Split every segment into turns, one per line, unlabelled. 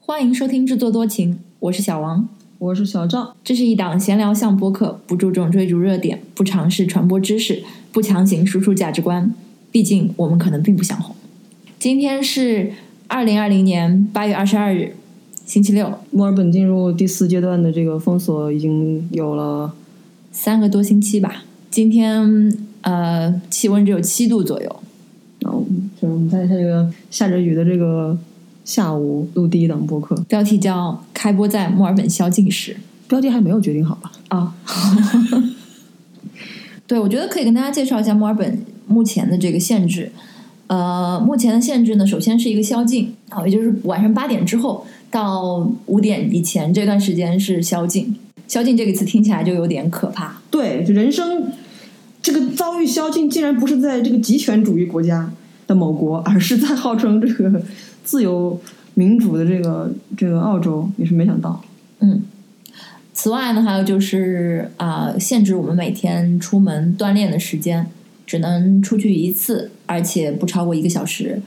欢迎收听《制作多情》，我是小王。
我是小赵，
这是一档闲聊向播客，不注重追逐热点，不尝试传播知识，不强行输出价值观。毕竟我们可能并不想红。今天是二零二零年八月二十二日，星期六，
墨尔本进入第四阶段的这个封锁已经有了，
三个多星期吧。今天呃，气温只有七度左右，
然后哦就是我们在这个下着雨的这个下午录第一档播客，
标题叫“开播在墨尔本宵禁时
标题还没有决定好吧？”
啊。 对，我觉得可以跟大家介绍一下墨尔本目前的这个限制。呃，目前的限制呢，首先是一个宵禁啊，也就是晚上八点之后到五点以前这段时间是宵禁。宵禁这个词听起来就有点可怕，
对，就人生这个遭遇宵禁，竟然不是在这个极权主义国家的某国，而是在号称这个自由民主的这个这个澳洲，也是没想到。
嗯，此外呢，还有就是啊、呃限制我们每天出门锻炼的时间，只能出去一次，而且不超过一个小时。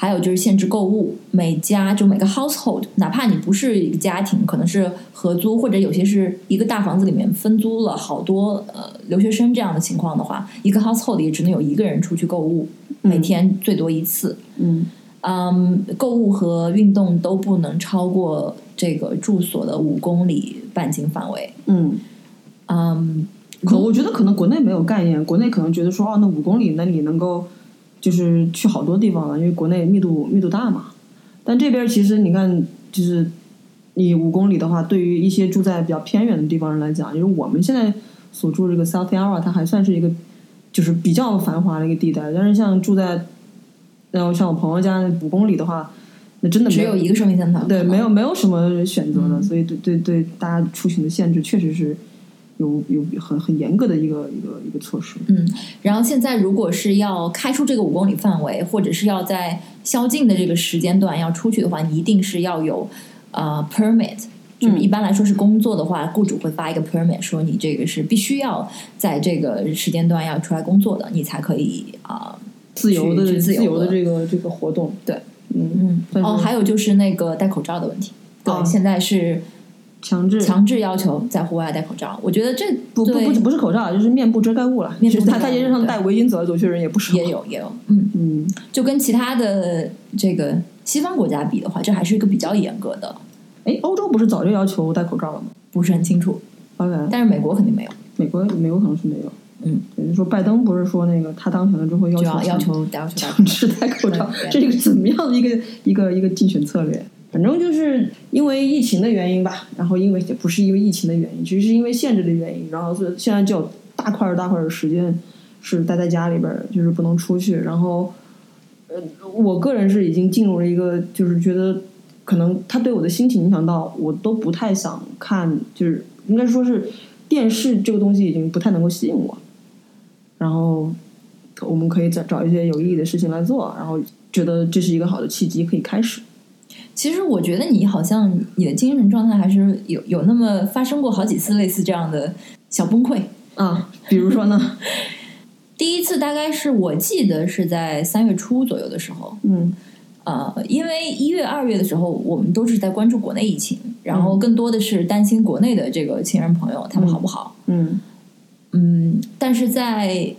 还有就是限制购物，每家就每个 household，哪怕你不是一个家庭，可能是合租，或者有些是一个大房子里面分租了好多呃留学生这样的情况的话，一个 household 也只能有一个人出去购物，每天最多一次。
嗯，
嗯，购物和运动都不能超过这个住所的五公里半径范围。
嗯，
嗯，
可我觉得可能国内没有概念，国内可能觉得说哦，那五公里那你能够就是去好多地方了，因为国内密度密度大嘛。但这边其实你看，就是你五公里的话，对于一些住在比较偏远的地方人来讲，就是我们现在所住这个 South Yarra，它还算是一个就是比较繁华的一个地带。但是像住在，然后像我朋友家五公里的话，那真的
只
没
有一个生命天堂。
对，
可能
没有没有什么选择
嗯
的，所以对对对，大家出行的限制确实是有有很很严格的一个一个一个措施。
嗯然后现在如果是要开出这个五公里范围，或者是要在宵禁的这个时间段要出去的话，你一定是要有呃 permit。就是一
嗯
般来说是工作的话，雇主会发一个 permit，说你这个是必须要在这个时间段要出来工作的，你才可以啊、
自由的
去去自
自
由
由
的
的这个这个活动，
对，
嗯，
嗯。
但是
哦，还有就是那个戴口罩的问题，对，
哦
现在是
强制
强制要求在户外戴口罩。我觉得这
不不不
对
不是口罩，啊就是面部遮盖物了。
面部
就是
遮盖
他
物
大街上
对
戴围巾走来走去的人也不少。
也有也有，嗯，
嗯，
就跟其他的这个西方国家比的话，这还是一个比较严格的，
哎，欧洲不是早就要求戴口罩了吗？
不是很清楚。
OK，
但是美国肯定没有，
美国美国可能是没有。
嗯，
也就是说拜登不是说那个他当选了之后要
就
求
要要
强
求要求戴口
强制戴口罩
对，
这个怎么样的一个一个一个竞选策略？反正就是因为疫情的原因吧，然后因为也不是因为疫情的原因，只是因为限制的原因，然后所以现在就有大块儿大块儿的时间是待在家里边儿，就是不能出去。然后，呃，我个人是已经进入了一个，就是觉得可能它对我的心情影响到，我都不太想看，就是应该说是电视这个东西已经不太能够吸引我。然后我们可以找找一些有意义的事情来做，然后觉得这是一个好的契机，可以开始。
其实我觉得你好像你的精神状态还是有有那么发生过好几次类似这样的小崩溃。
啊，比如说呢，
第一次大概是我记得是在三月初左右的时候，
嗯
呃，因为一月、二月的时候，我们都是在关注国内疫情，然后更多的是担心国内的这个亲人朋友他们好不好。
嗯
嗯，但是在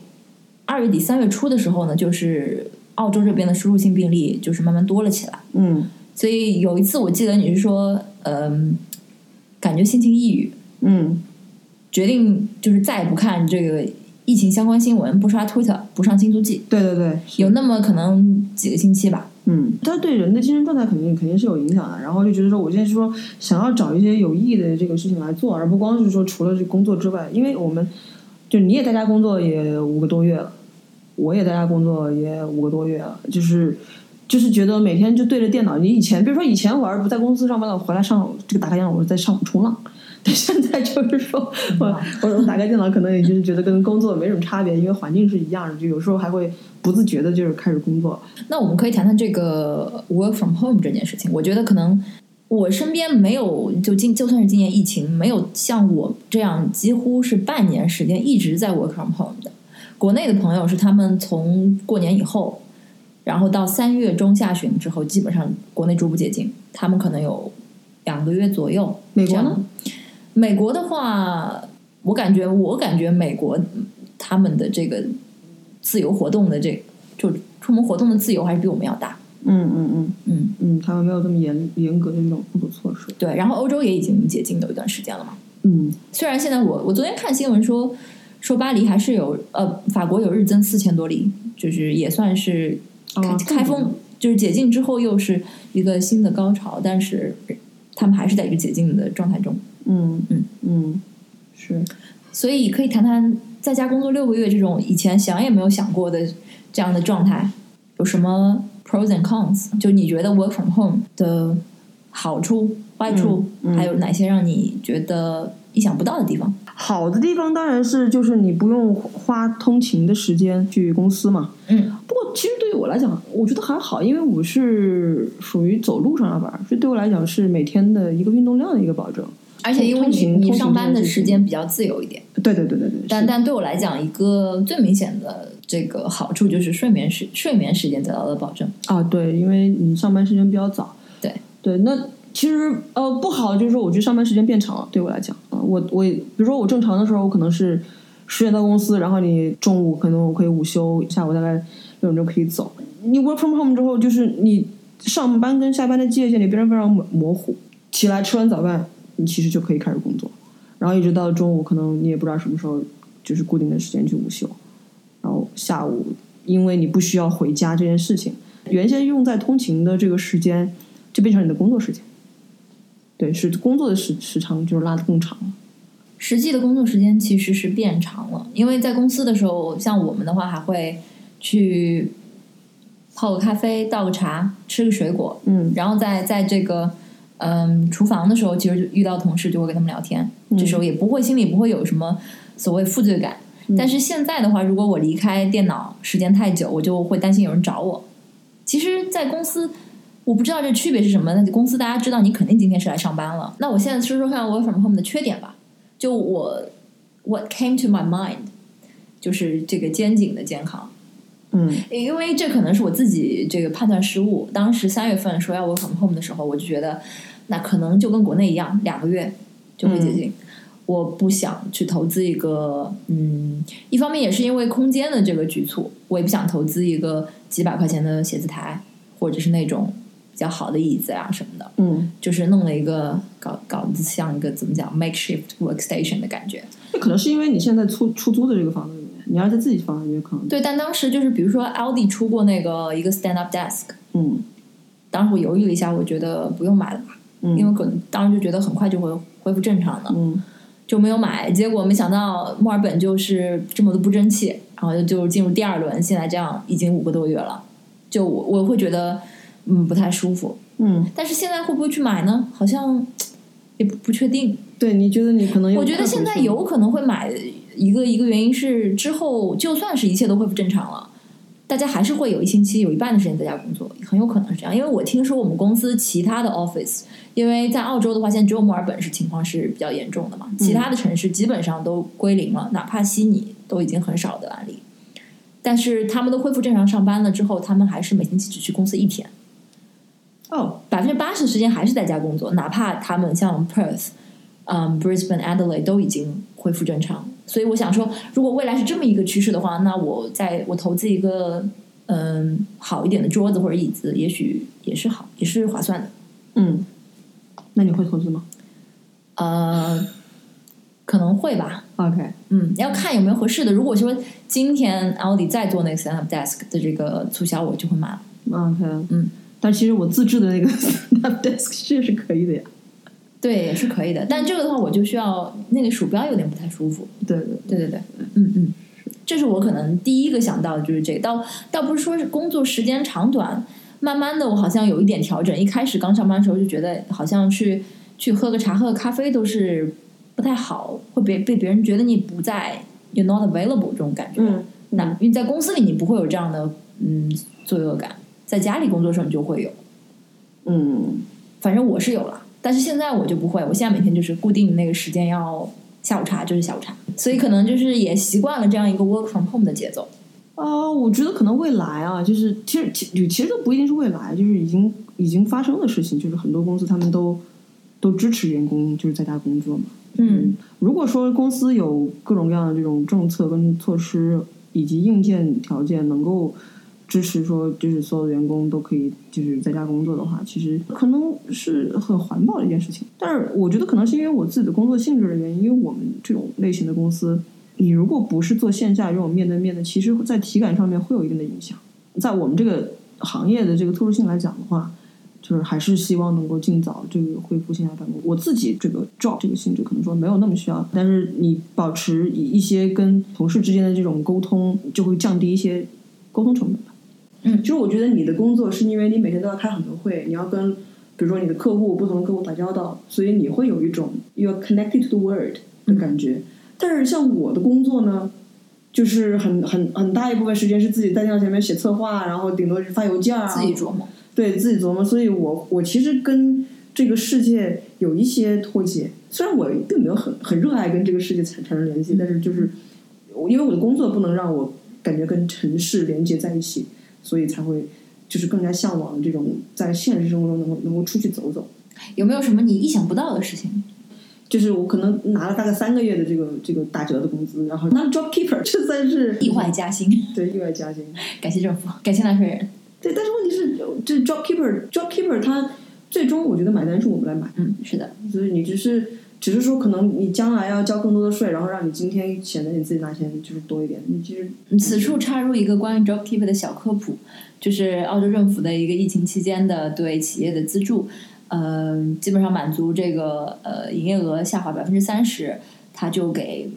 二月底、三月初的时候呢，就是澳洲这边的输入性病例就是慢慢多了起来。
嗯
所以有一次我记得你是说，嗯，感觉心情抑郁，
嗯
决定就是再也不看这个疫情相关新闻，不刷 Twitter，不上新足迹，
对对对，是
有那么可能几个星期吧。
嗯，它对人的精神状态肯定肯定是有影响的。然后就觉得说，我现在说想要找一些有意义的这个事情来做，而不光是说除了这工作之外，因为我们就你也在家工作也五个多月了，我也在家工作也五个多月了，就是就是觉得每天就对着电脑。你以前比如说以前我要是不在公司上班了，我回来上这个打开电脑，我是在上午冲浪。但现在就是 说，我我打开电脑，可能也就是觉得跟工作没什么差别，因为环境是一样的，就有时候还会不自觉的，就是开始工作。
那我们可以谈谈这个 work from home 这件事情。我觉得可能我身边没有，就今就算是今年疫情，没有像我这样几乎是半年时间一直在 work from home 的。国内的朋友是他们从过年以后，然后到三月中下旬之后，基本上国内逐步解禁，他们可能有两个月左右。
美国
这
呢
样？美国的话，我感觉我感觉美国嗯他们的这个自由活动的这就出门活动的自由还是比我们要大。
嗯嗯嗯
嗯，
嗯，他们没有这么严严格的那种控制措施。
对。然后欧洲也已经解禁有一段时间了嘛。
嗯
虽然现在我我昨天看新闻说说巴黎还是有呃法国有日增四千多例，就是也算是
啊
开，开封就是解禁之后又是一个新的高潮，但是他们还是在一个解禁的状态中，
嗯
嗯
嗯嗯，是
所以可以谈谈在家工作六个月这种以前想也没有想过的这样的状态，有什么 pros and cons？就你觉得 work from home 的好处、坏处，
嗯嗯
还有哪些让你觉得意想不到的地方？
好的地方当然是就是你不用花通勤的时间去公司嘛。
嗯
不过其实对于我来讲，我觉得还好，因为我是属于走路上下班，所以对我来讲是每天的一个运动量的一个保证。
而且因为
通
你
勤
你
通勤
上班的
这件事
时
情
间比较自由一点，
对对对对对，
但
是
但对我来讲，一个最明显的这个好处就是睡眠时睡眠时间得到了保证。
啊，对，因为你上班时间比较早，
对
对，那其实呃不好就是说，我觉得上班时间变长了，对我来讲啊、我我比如说我正常的时候，我可能是十点到公司，然后你中午可能我可以午休，下午大概六点钟可以走。你 work from home 之后，就是你上班跟下班的界限你变得非常模模糊，起来吃完早饭，你其实就可以开始工作，然后一直到中午，可能你也不知道什么时候就是固定的时间去午休，然后下午因为你不需要回家这件事情。原先用在通勤的这个时间，就变成你的工作时间。对，是工作的时时长就是拉的更长了。
实际的工作时间其实是变长了，因为在公司的时候，像我们的话还会去泡个咖啡、倒个茶、吃个水果，
嗯
然后在在这个嗯厨房的时候，其实就遇到同事就会跟他们聊天，这时候也不会心里不会有什么所谓负罪感。
嗯
但是现在的话，如果我离开电脑时间太久，我就会担心有人找我。其实，在公司。我不知道这区别是什么，但是公司大家知道你肯定今天是来上班了。那我现在说说看 work from home 的缺点吧。就我 what came to my mind，就是这个肩颈的健康，
嗯
因为这可能是我自己这个判断失误。当时三月份说要 work from home 的时候，我就觉得那可能就跟国内一样，两个月就会解禁。我不想去投资一个，嗯，一方面也是因为空间的这个局促，我也不想投资一个几百块钱的写字台，或者是那种比较好的椅子啊什么的。
嗯，
就是弄了一个搞搞得像一个怎么讲 makeshift workstation 的感觉。
那可能是因为你现在出出租的这个房子里面，你要是在自己房子里面，可能
对，但当时就是比如说 Aldi 出过那个一个 stand up desk，
嗯
当时我犹豫了一下，我觉得不用买了吧，
嗯，
因为可能当时就觉得很快就会恢复正常的，
嗯
就没有买。结果没想到墨尔本就是这么的不争气，然后就进入第二轮，现在这样已经五个多月了，就我我会觉得嗯不太舒服。
嗯，
但是现在会不会去买呢？好像也不不确定。
对，你觉得你可能有
我觉得现在有可能会买一个一个原因是之后就算是一切都恢复正常了，大家还是会有一星期有一半的时间在家工作，很有可能是这样。因为我听说我们公司其他的 office，因为在澳洲的话，现在只有墨尔本是情况是比较严重的嘛，其他的城市基本上都归零了，哪怕悉尼都已经很少的案例。但是他们都恢复正常上班了之后，他们还是每星期只去公司一天。
哦，
百分之八十时间还是在家工作，哪怕他们像 Perth、嗯、Brisbane、Adelaide 都已经恢复正常。所以我想说，如果未来是这么一个趋势的话，那我在我投资一个嗯好一点的桌子或者椅子，也许也是好，也是划算的。
嗯，那你会投资吗
呃，可能会吧，
？OK，
嗯，要看有没有合适的。如果说今天 Audi 再做那个 Stand Up Desk 的这个促销，我就会买了。
OK，
嗯，
但其实我自制的那个 stand desk 确实可以的呀。
对，也是可以的，但这个的话，我就需要那个鼠标有点不太舒服。
对对，
对对对，嗯嗯，这是我可能第一个想到的就是这个，倒倒不是说是工作时间长短，慢慢的我好像有一点调整。一开始刚上班的时候就觉得好像去去喝个茶、喝个咖啡都是不太好，会被被别人觉得你不在，you're not available 这种感觉。
嗯，
那因为在公司里你不会有这样的嗯罪恶感，在家里工作的时候你就会有，
嗯
反正我是有了。但是现在我就不会，我现在每天就是固定那个时间要下午茶就是下午茶，所以可能就是也习惯了这样一个 work from home 的节奏。
啊、我觉得可能未来啊，就是其实其其实都不一定是未来，就是已经已经发生的事情，就是很多公司他们都都支持员工就是在家工作嘛。
嗯，
如果说公司有各种各样的这种政策跟措施，以及硬件条件能够支持说，就是所有的员工都可以就是在家工作的话，其实可能是很环保的一件事情。但是我觉得可能是因为我自己的工作性质的原因，因为我们这种类型的公司，你如果不是做线下这种面对面的，其实在体感上面会有一定的影响。在我们这个行业的这个特殊性来讲的话，就是还是希望能够尽早这个恢复线下办公。我自己这个 job 这个性质可能说没有那么需要，但是你保持一一些跟同事之间的这种沟通，就会降低一些沟通成本吧。
嗯
就是我觉得你的工作是因为你每天都要开很多会，你要跟比如说你的客户不同的客户打交道，所以你会有一种 you are connected to the world 的感觉。
嗯
但是像我的工作呢，就是很很很大一部分时间是自己在电脑前面写策划，然后顶多是发邮件啊，
自己琢磨。
对自己琢磨，所以我我其实跟这个世界有一些脱节。虽然我并没有很很热爱跟这个世界产产生联系，但是就是我因为我的工作不能让我感觉跟城市连接在一起，所以才会就是更加向往这种在现实生活中能够能够出去走走。
有没有什么你意想不到的事情？
就是我可能拿了大概三个月的这个这个打折的工资，然后 当 job keeper，这算是
意外加薪，
对意外加薪。
感谢政府，感谢纳税人。
对，但是问题是，这 job keeper job keeper 它最终我觉得买单是我们来买。
嗯，是的，
所以你只是只是说，可能你将来要交更多的税，然后让你今天显得你自己拿钱就是多一点。你其实
嗯此处插入一个关于 JobKeeper 的小科普，就是澳洲政府的一个疫情期间的对企业的资助，呃，基本上满足这个呃营业额下滑百分之三十，它就给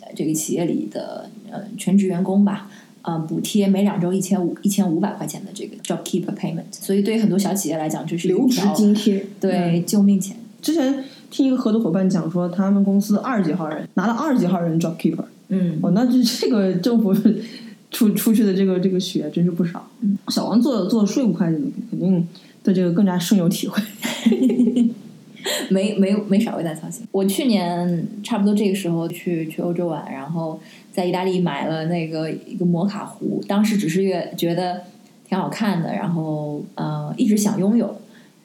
呃这个企业里的呃全职员工吧。呃，补贴每两周一千五一千五百块钱的这个 JobKeeper payment，所以对于很多小企业来讲，这是一
留职
条
津贴。嗯，
对救命钱。
之前听一个合作伙伴讲说，他们公司二十几号人拿了二十几号人 job keeper，
嗯
哦，那这这个政府出出去的这个这个血真是不少。
嗯
小王做做税务会计的，肯定对这个更加深有体会。
没没没少为他操心。我去年差不多这个时候去去欧洲玩，然后在意大利买了那个一个摩卡壶，当时只是越觉得挺好看的，然后呃一直想拥有。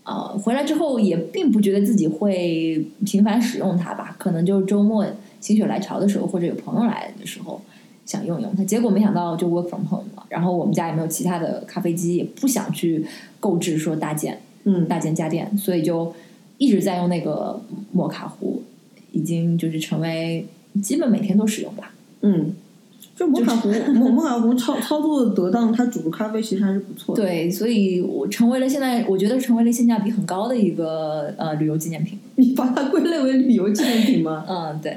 呃，回来之后也并不觉得自己会频繁使用它吧，可能就是周末心血来潮的时候，或者有朋友来的时候想用用它。结果没想到就 work from home 了，然后我们家也没有其他的咖啡机，也不想去购置说搭建。
嗯，
大件家电，所以就一直在用那个摩卡壶，已经就是成为基本每天都使用吧。
嗯， 就摩卡壶，摩摩卡壶操操作得当，它煮个咖啡其实还是不错的。
对，所以我成为了现在我觉得成为了性价比很高的一个呃旅游纪念品。
你把它归类为旅游纪念品吗？
嗯，对，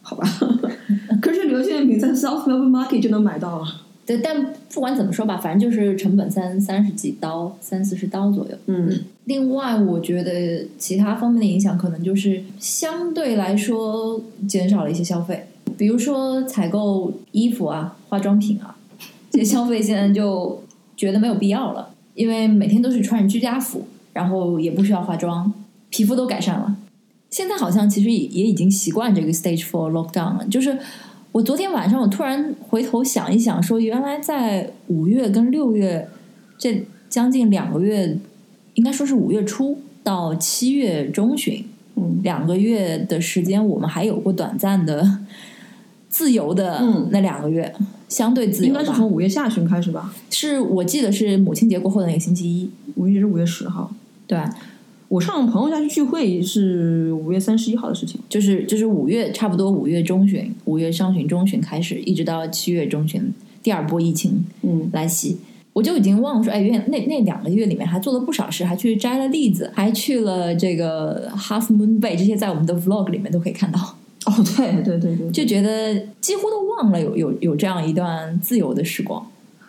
好吧， 可是流线品在 South Melbourne Market 就能买到啊。
对，但不管怎么说吧，反正就是成本三三十几刀，三四十刀左右。
嗯
另外，我觉得其他方面的影响可能就是相对来说减少了一些消费，比如说采购衣服啊、化妆品啊，这些消费现在就觉得没有必要了，因为每天都是穿着居家服，然后也不需要化妆，皮肤都改善了。现在好像其实也也已经习惯这个 stage four lockdown 了，就是。我昨天晚上，我突然回头想一想，说原来在五月跟六月这将近两个月应该说是五月初到七月中旬
嗯，
两个月的时间，我们还有过短暂的 自由的
嗯
那两个月，相对自
应
由
该是
吧。
从五月下旬开始吧，
是我记得是母亲节过后的那个星期一，
我记得是五月十号。
对吧，
我上朋友家去聚会是五月三十一号的事情。
就是就是五月差不多五月中旬，五月上旬中旬开始，一直到七月中旬第二波疫情
嗯，
来袭。我就已经忘了说，哎，原那那两个月里面还做了不少事，还去摘了栗子，还去了这个 Half Moon Bay，这些在我们的 Vlog 里面都可以看到。
哦，对对对对，
就觉得几乎都忘了有有有这样一段自由的时光。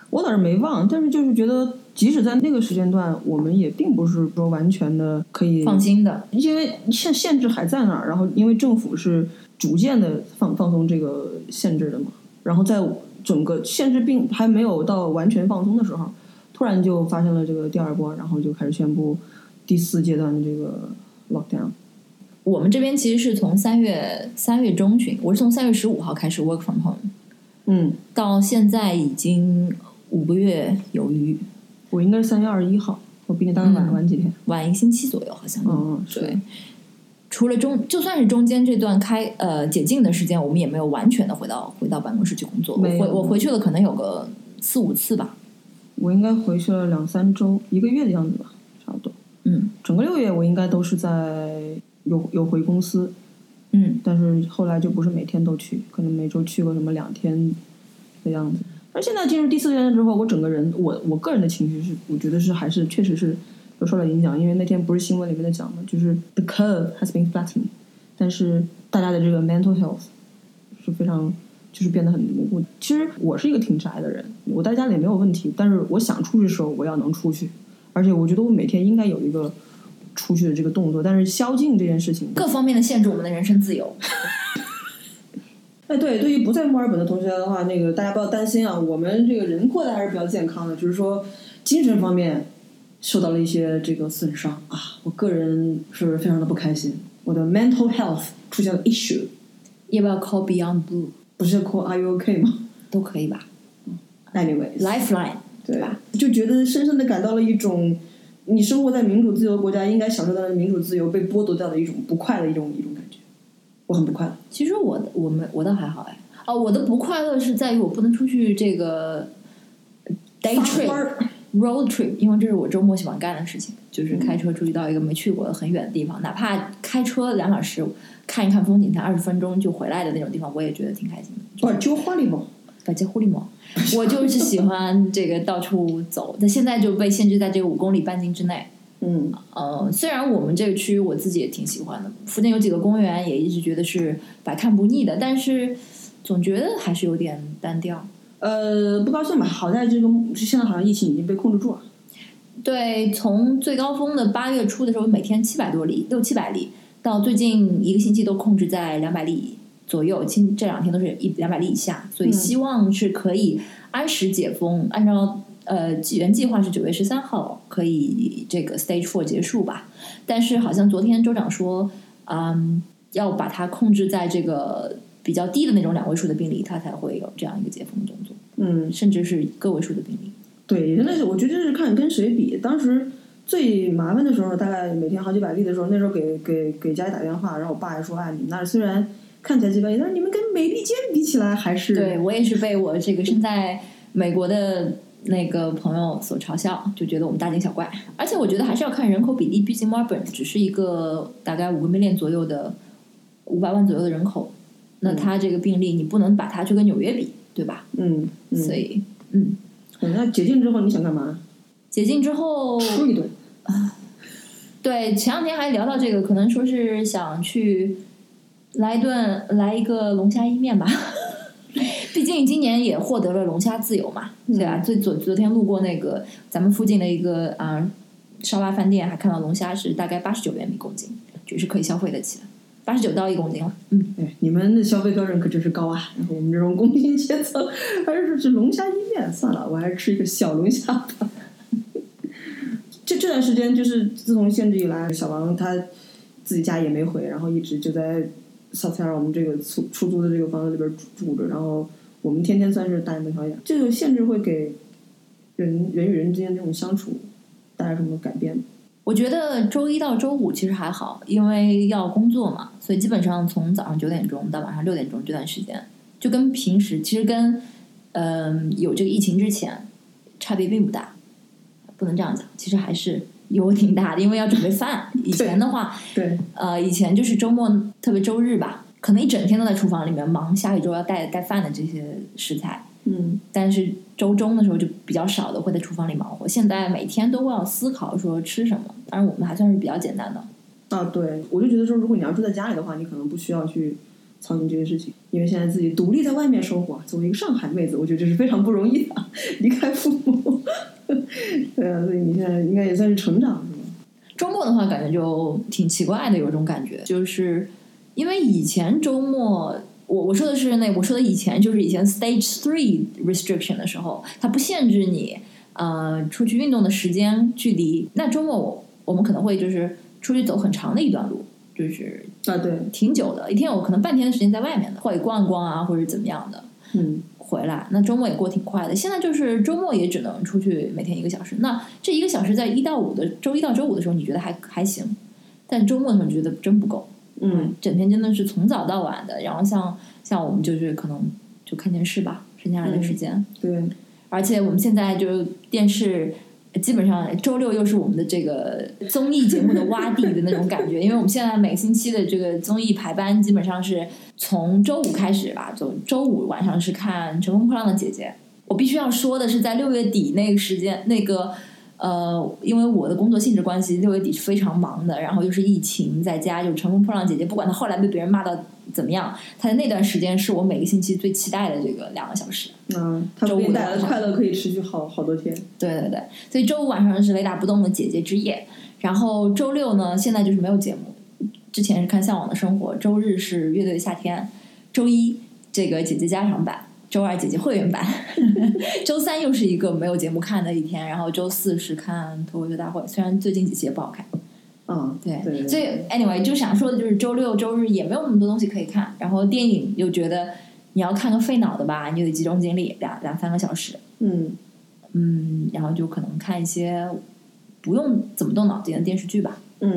我倒是没忘，但是就是觉得，即使在那个时间段，我们也并不是说完全的可以
放心的，
因为限限制还在那儿，然后因为政府是逐渐的放放松这个限制的嘛，然后在整个限制并还没有到完全放松的时候，突然就发生了这个第二波，然后就开始宣布第四阶段的这个 lockdown。
我们这边其实是从三月三月中旬，我是从三月十五号开始 work from home，
嗯，
到现在已经五个月有余。
我应该是三月二十一号，我比你当时晚
嗯
晚几天。
晚一个星期左右，好像。
嗯，是
对。除了中，就算是中间这段开呃解禁的时间，我们也没有完全的回到回到办公室去工作。我
没有
回我回去了，可能有个四五次吧。
我应该回去了两三周，一个月的样子吧，差不多。
嗯
整个六月我应该都是在有有回公司，
嗯，
但是后来就不是每天都去，可能每周去个什么两天的样子。而现在进入第四阶段之后，我整个人，我我个人的情绪是，我觉得是还是确实是有受到影响，因为那天不是新闻里面在讲嘛，就是 the curve has been flattened，但是大家的这个 mental health 是非常就是变得很模糊。其实我是一个挺宅的人，我在家里没有问题，但是我想出去的时候，我要能出去，而且我觉得我每天应该有一个出去的这个动作，但是宵禁这件事情，
各方面的限制我们的人身自由。
哎，对，对于不在墨尔本的同学的话，那个大家不要担心啊，我们这个人过得还是比较健康的，只是说精神方面受到了一些这个损伤啊。我个人是非常的不开心，我的 mental health 出现了 issue，
要不要 call Beyond Blue
不是 call are you okay 吗
都可以吧
？Anyways，
？Lifeline
对
吧？
就觉得深深的感到了一种你生活在民主自由国家应该享受到的民主自由被剥夺掉的一种不快的一种一种感觉，我很不快乐。
其实我的我们我倒还好哎，哦，我的不快乐是在于我不能出去这个呃 day
发
trip
花儿
road trip，因为这是我周末喜欢干的事情，就是开车出去到一个没去过的很远的地方，哪怕开车两小时看一看风景才二十分钟就回来的那种地方，我也觉得挺开心的。
把酒哦花里吗？
把这狐狸猫，我就是喜欢这个到处走，但现在就被限制在这个五公里半径之内。
嗯，
呃，虽然我们这个区域我自己也挺喜欢的，附近有几个公园也一直觉得是百看不腻的，但是总觉得还是有点单调。
呃，不高兴吧？好在这个现在好像疫情已经被控制住了。
对，从最高峰的八月初的时候，每天七百多例，六七百例，到最近一个星期都控制在两百例左右，今这两天都是一两百例以下，所以
嗯
希望是可以按时解封，按照。呃，原计划是九月十三号可以这个 stage four 结束吧，但是好像昨天州长说，嗯，要把它控制在这个比较低的那种两位数的病例，它才会有这样一个解封的动作，
嗯，
甚至是个位数的病例。
对，真的是，我觉得这是看跟谁比。当时最麻烦的时候，大概每天好几百例的时候，那时候给给给家里打电话，然后我爸也说，哎，你们那儿虽然看起来几百例，但是你们跟美利坚比起来还是
对我也是被我这个身在美国的那个朋友所嘲笑，就觉得我们大惊小怪。而且我觉得还是要看人口比例，毕竟墨尔本只是一个大概五个 million 左右的五百万左右的人口，那它这个病例你不能把它去跟纽约比，对吧？
嗯嗯。
所以，嗯，
对那解禁之后你想干嘛？
解禁之后，
吃一顿。
对前两天还聊到这个，可能说是想去来一顿来一个龙虾意面吧。毕竟今年也获得了龙虾自由嘛，对吧？最昨昨天路过那个咱们附近的一个啊、烧腊饭店，还看到龙虾是大概八十九元一公斤，就是可以消费得起的，八十九刀一公斤了。嗯，
哎，你们的消费标准可真是高啊！然后我们这种工薪阶层，还是吃龙虾意面算了，我还是吃一个小龙虾吧。这这段时间就是自从限制以来，小王他自己家也没回，然后一直就在 s o u t h a r 我们这个出出租的这个房子里边住住着，然后我们天天算是大眼瞪小眼。这个限制会给人人与人之间这种相处带来什么改变？
我觉得周一到周五其实还好，因为要工作嘛，所以基本上从早上九点钟到晚上六点钟这段时间，就跟平时其实跟嗯、有这个疫情之前差别并不大，不能这样讲，其实还是有挺大的，因为要准备饭。以前的话，
对，
呃，以前就是周末，特别周日吧，可能一整天都在厨房里面忙下一周要带带饭的这些食材，
嗯
但是周中的时候就比较少的会在厨房里忙活。现在每天都会要思考说吃什么，当然我们还算是比较简单的。
啊，对，我就觉得说，如果你要住在家里的话，你可能不需要去操心这些事情，因为现在自己独立在外面生活，作为一个上海妹子，我觉得这是非常不容易的，离开父母。 对啊，所以你现在应该也算是成长，是吧？
周末的话，感觉就挺奇怪的，有一种感觉，就是因为以前周末。我我说的是那我说的以前就是以前 stage three restriction 的时候，它不限制你呃出去运动的时间距离。那周末我我们可能会就是出去走很长的一段路，就是
啊，对，
挺久的，一天有可能半天的时间在外面的，或者逛一逛啊，或者怎么样的。
嗯，
回来。那周末也过挺快的，现在就是周末也只能出去每天一个小时。那这一个小时在一到五的周一到周五的时候，你觉得还还行，但周末的时候你觉得真不够。
嗯，
整天真的是从早到晚的，然后像像我们就是可能就看电视吧，剩下来的时间。
对，
而且我们现在就电视。基本上周六又是我们的这个综艺节目的洼地的那种感觉，因为我们现在每个星期的这个综艺排班基本上是从周五开始吧，就周五晚上是看《乘风破浪的姐姐》。我必须要说的是，在六月底那个时间，那个呃，因为我的工作性质关系，六月底是非常忙的，然后又是疫情，在家就《乘风破浪姐姐》，不管她后来被别人骂到怎么样，她的那段时间是我每个星期最期待的这个两个小时。
嗯，它
周五
给你
的
带来
晚
的
上
快乐可以持续好好多天。
对对对，所以周五晚上是雷打不动的姐姐之夜，然后周六呢，现在就是没有节目，之前是看《向往的生活》，周日是乐队的夏天，周一这个姐姐加长版，周二姐姐会 员版，周三又是一个没有节目看的一天，然后周四是看脱口秀大会，虽然最近几期也不好看，
嗯，
对，
对对
所以 anyway 就想说的就是周六周日也没有那么多东西可以看，然后电影又觉得你要看个费脑的吧，你就得集中精力两两三个小时。
嗯，
嗯，然后就可能看一些不用怎么动脑筋的电视剧吧。
嗯，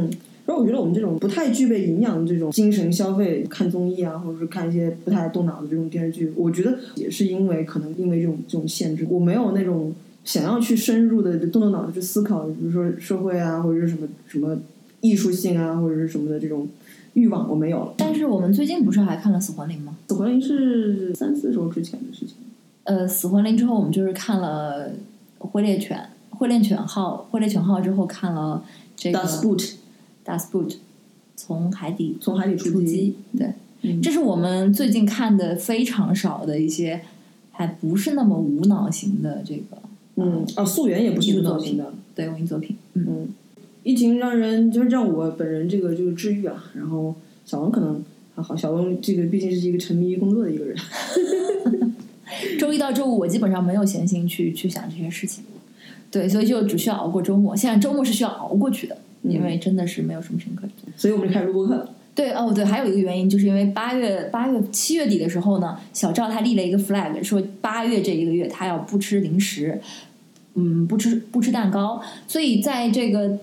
然后我觉得我们这种不太具备营养的这种精神消费，看综艺啊，或者是看一些不太动脑的这种电视剧，我觉得也是因为可能因为这种这种限制，我没有那种想要去深入的动动脑子去思考，比如说社会啊，或者是什么什么艺术性啊，或者是什么的这种欲望，我没有了。
但是我们最近不是还看了《死魂灵》吗？
死魂灵是三四周之前的事情。
呃，《死魂灵》之后，我们就是看了《灰猎犬》《灰猎犬号》《灰猎犬号》之后看了这个
Das Boot
《Das Boot》，从海底
从海底出
出
击
击。对，
嗯
这是我们最近看的非常少的一些，还不是那么无脑型的这个
嗯，啊，溯源也不是
艺术
动脑
作
型
品
的。
对文艺作品。嗯，
嗯，疫情让人就是让我本人这个这个治愈啊，然后小王可能还好，小王这个毕竟是一个沉迷于工作的一个人，
周一到周五我基本上没有闲心去去想这些事情，对，所以就只需要熬过周末。现在周末是需要熬过去的，
嗯
因为真的是没有什么事情可以做。
所以我们就开始录播客。
对哦，对，还有一个原因，就是因为八月、八月、七月底的时候呢，小赵他立了一个 flag，说八月这一个月他要不吃零食，嗯，不吃不吃蛋糕，所以在这个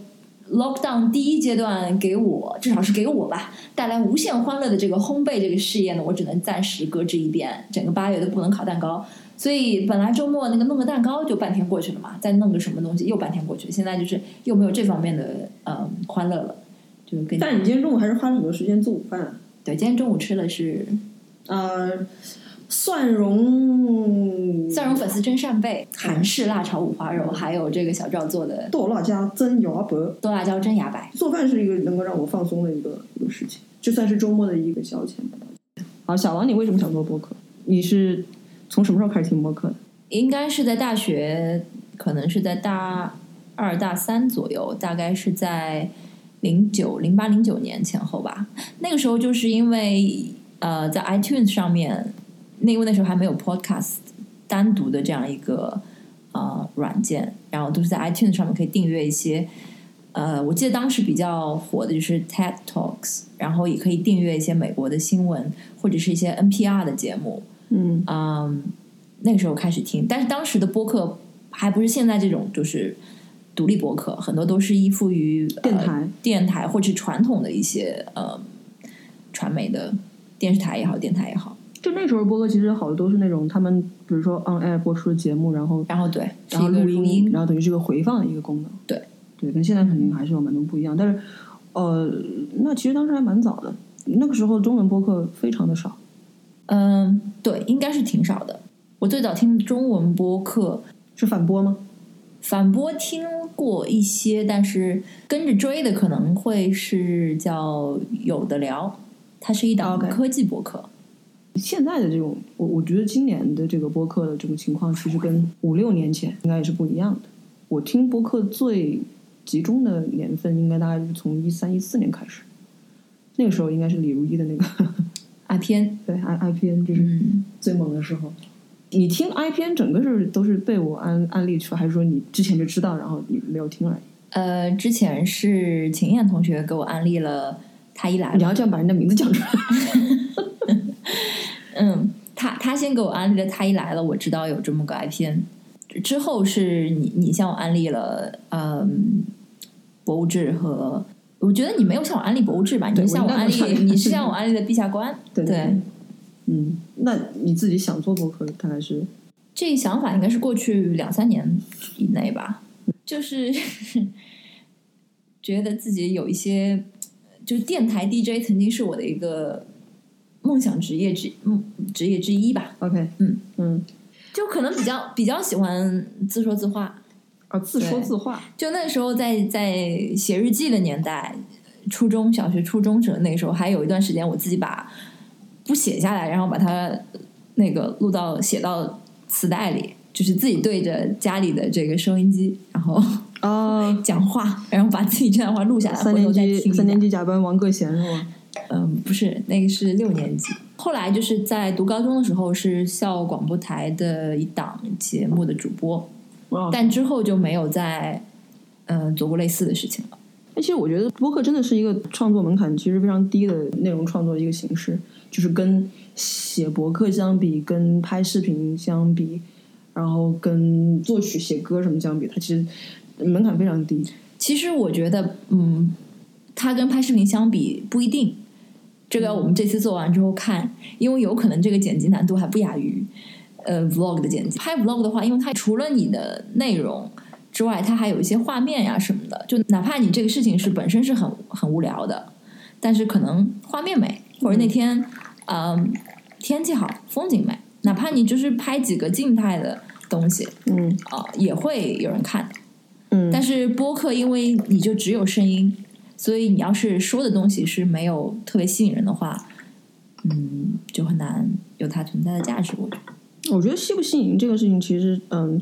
lockdown 第一阶段，给我至少是给我吧，带来无限欢乐的这个烘焙这个事业呢，我只能暂时搁置一边，整个八月都不能烤蛋糕。所以本来周末那个弄个蛋糕就半天过去了嘛，再弄个什么东西又半天过去，现在就是又没有这方面的呃欢乐了，就更加
但是你今天中午还是花了很多时间做午饭
对，今天中午吃的是
啊，呃，蒜蓉
蒜蓉粉丝蒸扇贝、韩式辣炒五花肉，还有这个小赵做的
剁辣加蒸摇脖。
剁辣椒蒸牙白。
啊做饭是一个能够让我放松的一个一个事情，就算是周末的一个消遣吧。好，小王，你为什么想做播客？你是从什么时候开始听播客的？
应该是在大学，可能是在大二大三左右，大概是在零九零八零九年前后吧。那个时候就是因为呃，在 iTunes 上面，那因为那时候还没有 Podcast 单独的这样一个呃软件，然后都是在 iTunes 上面可以订阅一些。呃，我记得当时比较火的就是 TED Talks，然后也可以订阅一些美国的新闻或者是一些 NPR 的节目，
嗯
嗯，那个时候开始听，但是当时的播客还不是现在这种，就是独立播客，很多都是依附于、呃
电台、
电台或者传统的一些呃传媒的电视台也好，电台也好。
就那时候播客其实好多是那种他们，比如说 on air 播出的节目，然后
然后对，是
然后
一个
录
录音，
然后等于是个回放的一个功能。
对
对，跟现在肯定还是有蛮多不一样。但是呃，那其实当时还蛮早的，那个时候中文播客非常的少。
嗯，对，应该是挺少的。我最早听中文播客，
是反播吗？
反播听过一些，但是跟着追的可能会是叫有的聊，它是一档
哦 OK
科技博客。
现在的这种，我我觉得今年的这个播客的这种情况，其实跟五六年前应该也是不一样的。我听播客最集中的年份，应该大概就是从一三一四年开始，那个时候应该是李如一的那个
IPN，
对 I I P N 就是
啊嗯，
最猛的时候。你听 IPN 整个是都是被我安安利出来，还是说你之前就知道，然后你没有听而已？
呃，之前是秦燕同学给我安利了《他一来
你
了》，
要这样把人家名字讲出来，
嗯，他他先给我安利了，他一来了，我知道有这么个 IPN。之后是你你向我安利了，嗯，博物志和。我觉得你没有向我安利博物志吧？你
对
是向我
我应该
安
没
利
有向，你
你是向我安利的《陛下观》
对对，嗯，那你自己想做博客，大概是
这想法应该是过去两三年以内吧，就是 觉得自己有一些，就是电台 DJ 曾经是我的一个梦想职业之梦职业之一吧，
OK，
嗯
嗯，
就可能比较比较喜欢自说自话。
啊，自说
对
自话，
就那时候在在写日记的年代，初中小学初中者那时候还有一段时间，我自己把不写下来，然后把它那个录到写到磁带里，就是自己对着家里的这个收音机，然 后
啊，
讲话，然后把自己这段话录下来，
三
哦回头
年
再听
级
一下
三。年级甲班王各贤 是吗？
嗯，不是，那个是六年级。后来就是在读高中的时候，是校广播台的一档节目的主播，
哇，
但之后就没有再嗯、呃做过类似的事情了。
而且哎我觉得播客真的是一个创作门槛其实非常低的内容创作的一个形式，就是跟写博客相比，跟拍视频相比，然后跟作曲、写歌什么相比，它其实门槛非常低。
其实我觉得，嗯，它跟拍视频相比不一定。这个我们这次做完之后看，因为有可能这个剪辑难度还不亚于呃 vlog 的剪辑。拍 vlog 的话，因为它除了你的内容之外，它还有一些画面呀、什么的。就哪怕你这个事情是本身是很很无聊的，但是可能画面美，或者那天嗯、天气好，风景美，哪怕你就是拍几个静态的东西
嗯
啊、也会有人看。
嗯，
但是播客因为你就只有声音，所以你要是说的东西是没有特别吸引人的话，嗯，就很难有它存在的价值。我觉得
我觉得吸不吸引这个事情，其实嗯，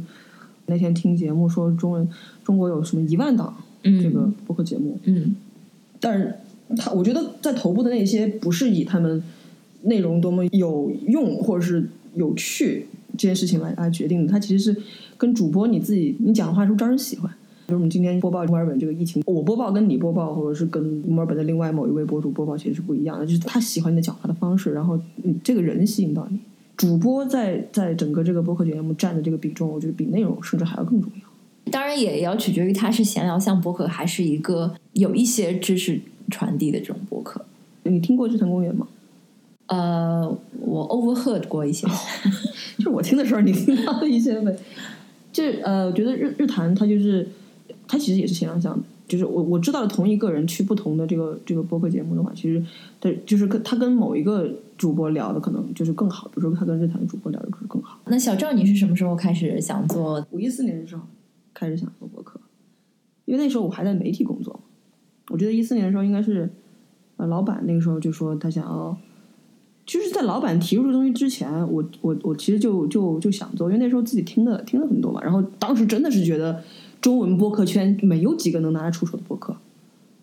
那天听节目说中文中国有什么一万档
嗯
这个播客节目，
嗯
但是他我觉得在头部的那些不是以他们内容多么有用或者是有趣这件事情来来决定的，它其实是跟主播你自己你讲话是不是招人喜欢。比如我们今天播报墨尔本这个疫情，我播报跟你播报，或者是跟墨尔本的另外某一位博主播报，其实是不一样的。就是他喜欢你的讲话的方式，然后你这个人吸引到你。主播在在整个这个播客节目占的这个比重，我觉得比内容甚至还要更重要。
嗯当然也要取决于它是闲聊向播客，还是一个有一些知识传递的这种播客。
你听过《日坛公园》吗？
呃，我 overheard 过一
哦
些，
就是我听的时候，你听到的一些呗。就是呃，我觉得日日坛它就是它其实也是前两项，就是我我知道的同一个人去不同的这个这个播客节目的话，其实对，就是跟他跟某一个主播聊的可能就是更好，比如说他跟日坛的主播聊的就是更好。
那小赵，你是什么时候开始想做？
我一四年的时候开始想做播客，因为那时候我还在媒体工作嘛，我觉得一四年的时候应该是呃，老板那个时候就说他想要。就是在老板提出这个东西之前，我我我其实就就就想做，因为那时候自己听的听的很多嘛，然后当时真的是觉得中文播客圈没有几个能拿得出手的播客，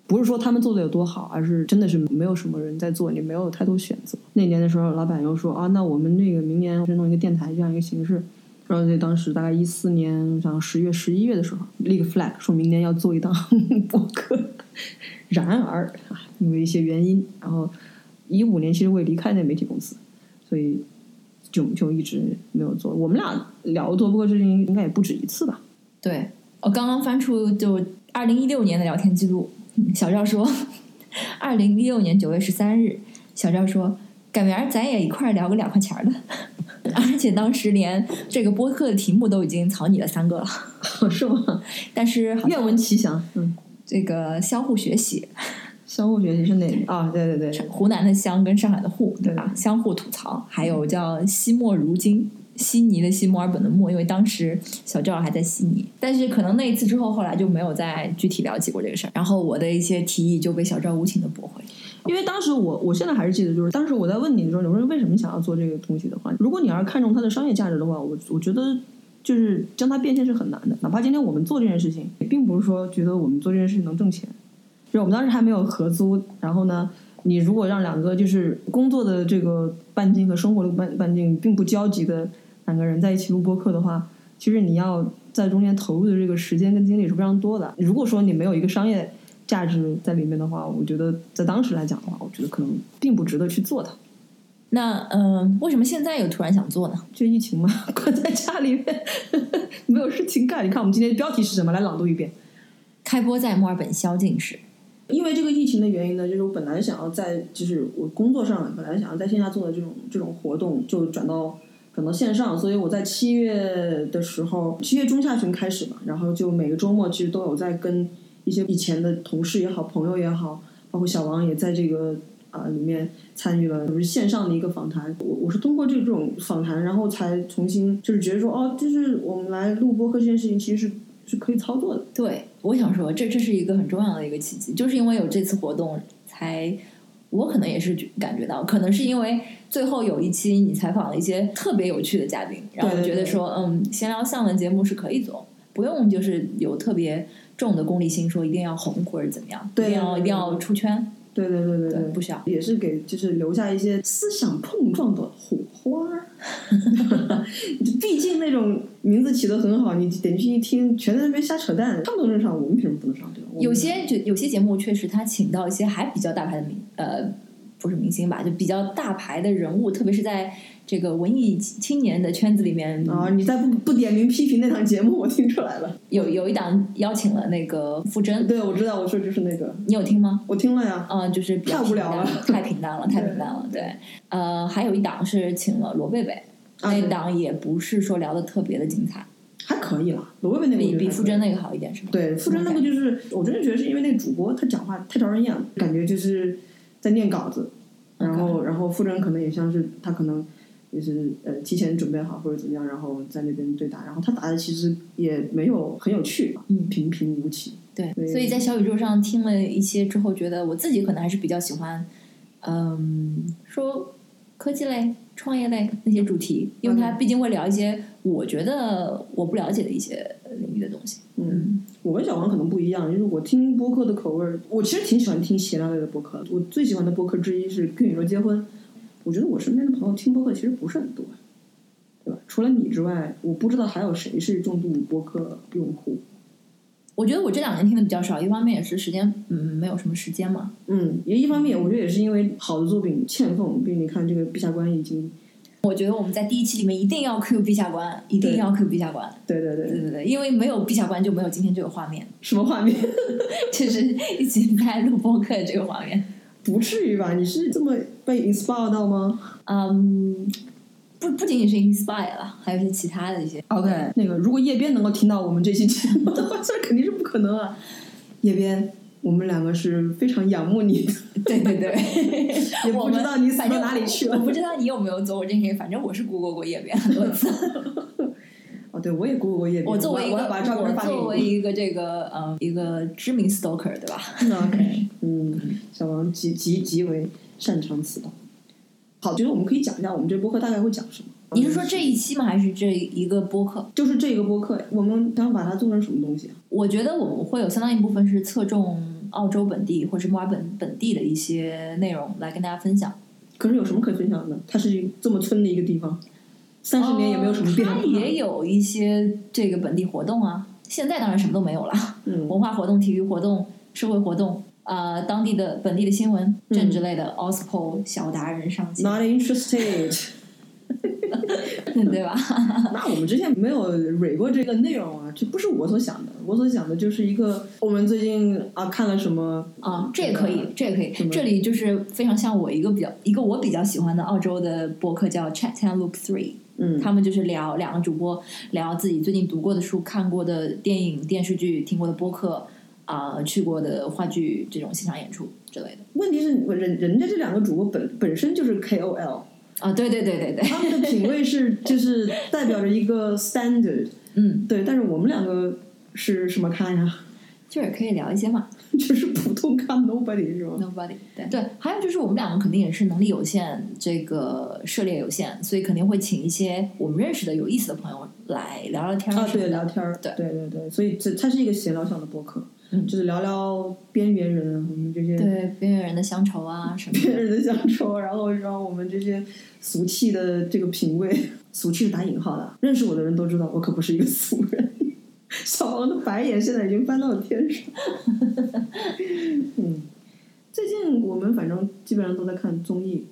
不是说他们做的有多好，而是真的是没有什么人在做，你没有太多选择。那年的时候，老板又说啊，那我们那个明年是弄一个电台这样一个形式，然后在当时大概一四年，像十月、十一月的时候立个 flag，说明年要做一档播客。然而啊，因为一些原因，然后一五年其实我也离开那媒体公司，所以就就一直没有做。我们俩聊做播客事情应该也不止一次吧？
对我刚刚翻出就二零一六年的聊天记录，嗯小赵说，二零一六年九月十三日，小赵说，赶明儿咱也一块儿聊个两块钱儿的， 而且当时连这个播客的题目都已经草拟了三个了，
是吗？
但是好
愿
像
闻其详。嗯，
这个相互学习，
相互学习是哪里啊？对对对，
湖南的湘跟上海的沪，对吧？
对
相互吐槽，还有叫惜墨如金，悉尼的悉，墨尔本的墨，因为当时小赵还在悉尼，但是可能那一次之后，后来就没有再具体了解过这个事儿。然后我的一些提议就被小赵无情的驳回。
因为当时我我现在还是记得，就是当时我在问你的时候，你说为什么想要做这个东西的话，如果你要是看重它的商业价值的话，我我觉得就是将它变现是很难的。哪怕今天我们做这件事情，也并不是说觉得我们做这件事情能挣钱，就是我们当时还没有合租，然后呢。你如果让两个就是工作的这个半径和生活的半半径并不交集的两个人在一起录播客的话，其实你要在中间投入的这个时间跟精力是非常多的。如果说你没有一个商业价值在里面的话，我觉得在当时来讲的话，我觉得可能并不值得去做它。
那嗯、呃为什么现在又突然想做呢？
就疫情嘛， 关在家里面没有事情干。你看我们今天的标题是什么？来朗读一遍。
开播在墨尔本宵禁时，
因为这个疫情的原因呢，就是我本来想要在，就是我工作上本来想要在线下做的这种这种活动，就转到转到线上，所以我在七月的时候，七月中下旬开始吧，然后就每个周末其实都有在跟一些以前的同事也好、朋友也好，包括小王也在这个啊、里面参与了，就是线上的一个访谈。我我是通过这种访谈，然后才重新就是觉得说，哦，就是我们来录播客这件事情其实是是可以操作的。
对我想说，这这是一个很重要的一个契机，就是因为有这次活动才。我可能也是感觉到，可能是因为最后有一期你采访了一些特别有趣的嘉宾，然后我
对对
觉得说，嗯，闲聊向的节目是可以做，不用就是有特别重的功利心，说一定要红或者怎么样，
对
一定要
对对
一定要出圈，
对对对对
对
对，，
不需要。
也是给就是留下一些思想碰撞的火花儿。 毕竟那种名字起的很好，你点进去一听，全在那边瞎扯淡，他们都能上，我们凭什么不能上？对吧？我们
有些就有些节目确实他请到一些还比较大牌的明呃不是明星吧，就比较大牌的人物，特别是在这个文艺青年的圈子里面，
啊，你再不不点名批评那档节目，我听出来了。
有有一档邀请了那个傅征，
对，我知道，我说就是那个，
你有听吗？
我听了呀。
嗯、就是比较
太无聊了
平 淡太平淡了，太平淡了。对，呃，还有一档是请了罗贝贝，
啊
那
对
档也不是说聊的特别的精彩，
还可以啦，罗贝贝那个我
比
觉得
比
还
傅
可以
征那个好一点是吧？
对，傅征那个就是，我真的觉得是因为那个主播他讲话太招人厌了，感觉就是在念稿子，然后然后傅征可能也像是他可能就是呃提前准备好或者怎么样，然后在那边对答，然后他答的其实也没有很有趣，
嗯
平平无奇。
对，
对
所以在小宇宙上听了一些之后，觉得我自己可能还是比较喜欢，嗯，说科技类、创业类那些主题，因为
嗯
它毕竟会聊一些我觉得我不了解的一些领域的东西。
嗯，我跟小王可能不一样，就是我听播客的口味儿，我其实挺喜欢听闲聊类的播客的。我最喜欢的播客之一是《跟宇宙结婚》，我觉得我身边的朋友听播客其实不是很多，对吧？除了你之外，我不知道还有谁是重度播客用户。
我觉得我这两年听的比较少，一方面也是时间，嗯，没有什么时间嘛。
嗯，也一方面，我觉得也是因为好的作品欠奉，毕竟你看这个《陛下观》已经，
我觉得我们在第一期里面一定要 Q 陛下官，一定
对
要 Q 陛下官，
对对
对
对，
对对，因为没有陛下官就没有今天这个画面，
什么画面？
就是 一起在录播客这个画面。
不至于吧？你是这么被 inspire 到吗
嗯，不不仅仅是 inspire 了，还有一些其他的一些。
？OK，那个哦如果叶边能够听到我们这期节目的话， 这肯定是不可能啊。叶边，我们两个是非常仰慕你的，
对对 对，
也
我
不
们
知道你死
反
到
正
哪里去
我
了。
不知道你有没有做过这些，反正我是 Google 过页面很多次。
哦，对，我也 Google 过叶边，
我作为一
嗯我要
个
把照片
我
发给
作为
你。
一个这个呃一个知名 stalker 对吧？
OK，嗯，小王极极极为擅长此道。好，觉得我们可以讲一下我们这播客大概会讲什么。
你是说这一期吗？还是这一个播客？
就是这个播客，我们想把它做成什么东西啊？
我觉得我们会有相当一部分是侧重澳洲本地或是墨尔本本地的一些内容来跟大家分享。
可是有什么可分享的？它是这么村的一个地方，三十年也没有什么变化。
哦它也有一些这个本地活动啊。现在当然什么都没有了，
嗯
文化活动、体育活动、社会活动，呃，当地的本地的新闻、
嗯
政治类的 OSPO 小达人上节，
，Not interested 。
对吧？
那我们之前没有蕊过这个内容啊，这不是我所想的。我所想的就是一个我们最近啊看了什么
啊，这也可以，这也可以
什。么
这里就是非常像我一个比较一个我比较喜欢的澳洲的博客叫 Chat and Look Three，
嗯
他们就是聊两个主播聊自己最近读过的书、看过的电影、电视剧、听过的播客啊、去过的话剧这种现场演出之类的。
问题是人人家这两个主播本本身就是 KOL，
啊，对对对对对，
他们的品味是就是代表着一个 standard，
嗯，
对，但是我们两个是什么咖呀？
就是可以聊一些嘛
就是普通咖 nobody 是吧？
，nobody，对嗯对，还有就是我们两个肯定也是能力有限，这个涉猎有限，所以肯定会请一些我们认识的有意思的朋友来聊聊天
啊，
什么
对，
的
聊天儿，
对
对对对，所以这它是一个闲聊向的播客，
嗯
就是聊聊边缘人，啊我们这些
对边缘人的乡愁啊什么
边
的，
缘人的乡愁，然后让我们这些俗气的这个品味， 俗气是打引号的，认识我的人都知道，我可不是一个俗人。 小王的白眼现在已经翻到了天上。 嗯，最近我们反正基本上都在看综艺，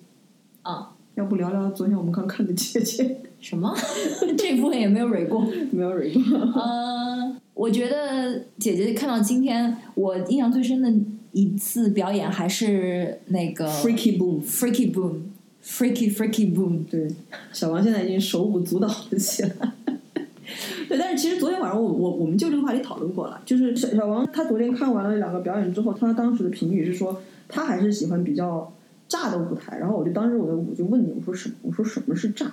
啊、
要不聊聊昨天我们刚看的《姐姐》？
什么？ 这部分也没有蕊过。
没有蕊过。
呃，我觉得姐姐看到今天，我印象最深的一次表演还是那个
Freaky Boom，
Freaky Boom。Freaky Freaky Boom，
对，小王现在已经手舞足蹈了起来。 对，但是其实昨天晚上我我我们就这个话题讨论过了，就是小小王他昨天看完了两个表演之后，他当时的评语是说他还是喜欢比较炸的舞台。然后我就当时我的我就问你，我说什我说什么是炸？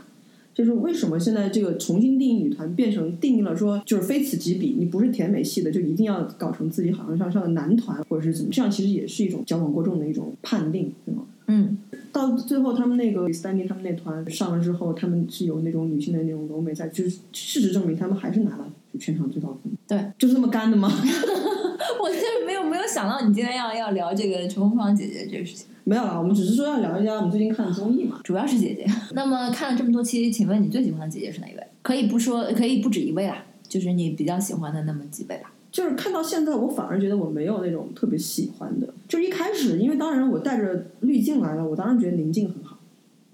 就是为什么现在这个重新定义女团变成定义了说就是非此即彼，你不是甜美系的就一定要搞成自己好像像像男团或者是怎么，这样其实也是一种矫枉过正的一种判定，对吗？
嗯，
到最后，他们那个 Stanley 他们那团上了之后，他们是有那种女性的那种柔美在，就是事实证明他们还是拿了就全场最高分。
对，
就是这么干的 吗？
我就是没有没有想到你今天要要聊这个《乘风破浪》姐姐这个事情，
没有啦，我们只是说要聊一下我们最近看的综艺嘛。
主要是姐 姐。那么看了这么多期，请问你最喜欢的姐姐是哪一位？可以不说，可以不止一位啦，就是你比较喜欢的那么几位吧。
就是看到现在，我反而觉得我没有那种特别喜欢的。就是一开始，因为当然我带着滤镜来了，我当然觉得宁静很好，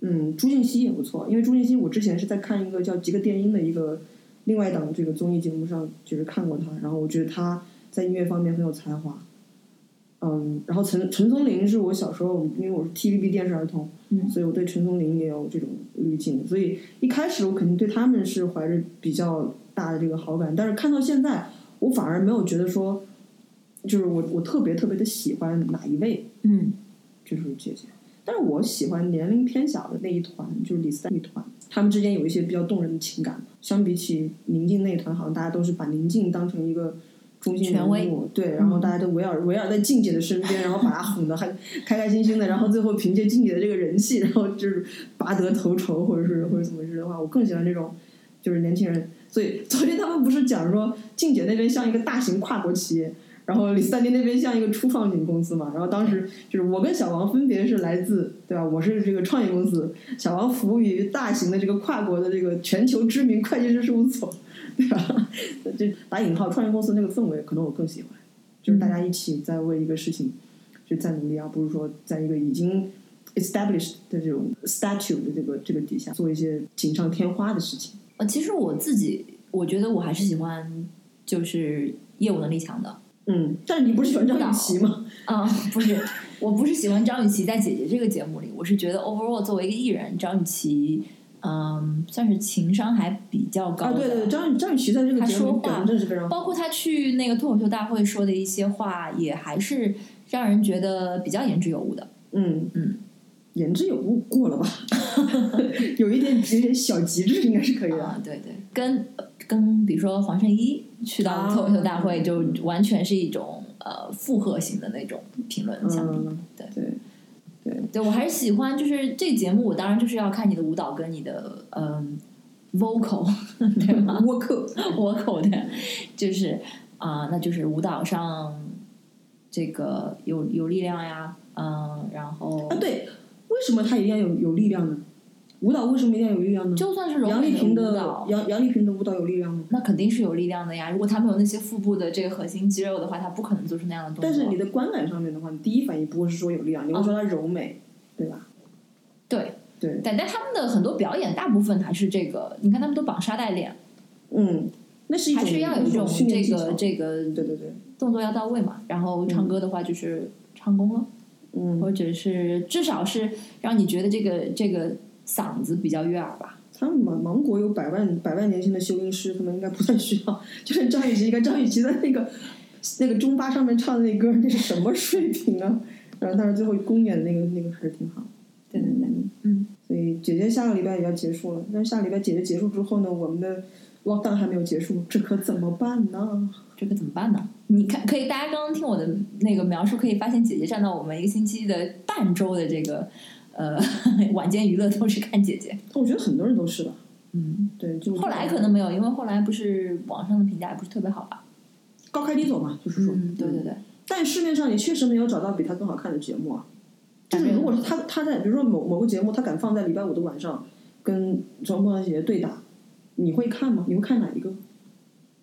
嗯，朱婧汐也不错。因为朱婧汐，我之前是在看一个叫《极个电音》的一个另外一档这个综艺节目上，就是看过她，然后我觉得她在音乐方面很有才华。嗯，然后陈陈松伶是我小时候，因为我是 TVB 电视儿童，
嗯
所以我对陈松伶也有这种滤镜，所以一开始我肯定对他们是怀着比较大的这个好感，但是看到现在，我反而没有觉得说，就是我我特别特别的喜欢哪一位，
嗯
就是姐姐，但是我喜欢年龄偏小的那一团，就是李三一团，他们之间有一些比较动人的情感。相比起宁静那一团，好像大家都是把宁静当成一个中心人
权威
物，对，然后大家都围绕围绕在静姐的身边，然后把她哄得还开开心心的，然后最后凭借静姐的这个人气，然后就是拔得头筹，或者是或者怎么回事的话，我更喜欢这种就是年轻人。所以昨天他们不是讲说，静姐那边像一个大型跨国企业，然后李斯丹妮那边像一个初创型公司嘛，然后当时就是我跟小王分别是来自，对吧？我是这个创业公司，小王服务于大型的这个跨国的这个全球知名会计师事务所，对吧？就打引号创业公司那个氛围，可能我更喜欢，就是大家
嗯
一起在为一个事情就在努力，而不是说在一个已经 established 的这种 statue 的这个这个底下做一些锦上添花的事情。
呃，其实我自己，我觉得我还是喜欢就是业务能力强的。
嗯，但是你不是喜欢张雨绮吗？
啊、不是，我不是喜欢张雨绮在《姐姐》这个节目里，我是觉得 overall 作为一个艺人，张雨绮，嗯，算是情商还比较高
啊，
的。
对对对，张张雨绮在这个
她
节目
说
里表
话
现真是非常好。
包括她去那个脱口秀大会说的一些话，也还是让人觉得比较言之有物的。
嗯
嗯，
言之有物过了吧？ 有一点有点小极致应该是可以的。
啊，对对，跟跟比如说黄圣依去到
啊
脱口秀大会，就完全是一种呃附和型的那种评论相比。
嗯，
对
对
对我还是喜欢，就是这个节目，我当然就是要看你的舞蹈跟你的嗯、vocal，对吗？
沃克，
我口的，就是啊、那就是舞蹈上这个有有力量呀，嗯、然后
啊，对，为什么他一定要有有力量呢？舞蹈为什么一定要有力量呢？
就算是柔
杨丽
美
萍
舞
的
蹈，
杨杨丽萍的舞蹈有力量吗？
那肯定是有力量的呀。如果他没有那些腹部的这个核心肌肉的话，他不可能做出那样的动作。
但是你的观感上面的话，你第一反应不会是说有力量，你会
嗯
说它柔美，对吧？
对
对，
但但他们的很多表演，大部分还是这个，你看他们都绑沙袋脸，
嗯，那是一种
还是要有
一
一种
训
这
练技
个
巧。
这个
对对对，
动作要到位嘛。然后唱歌的话就是唱功了。
嗯，
或者是至少是让你觉得这个这个嗓子比较悦耳吧。
他们芒芒果有百万百万年薪的修音师，他们应该不太需要。就是张雨绮，你看张雨绮在那个那个中巴上面唱的那歌，那是什么水平啊？然后但是最后公演的那个那个还是挺好。
对对对，嗯，
所以姐姐下个礼拜也要结束了，但是下个礼拜姐姐结束之后呢，我们的 lockdown 还没有结束，这可怎么办呢？
这个怎么办呢？你看，可以大家刚刚听我的那个描述，可以发现姐姐占到我们一个星期的半周的这个呃 晚间娱乐都是看姐姐。
我觉得很多人都是吧，
嗯，
对，就
后来可能没有，因为后来不是网上的评价也不是特别好吧？
高开低走嘛，就是说，
嗯，对对对，
但市面上也确实没有找到比它更好看的节目啊。就是如果他他在比如说某某个节目，他敢放在礼拜五的晚上跟《乘风破浪姐姐》对打，你会看吗？你会看哪一个？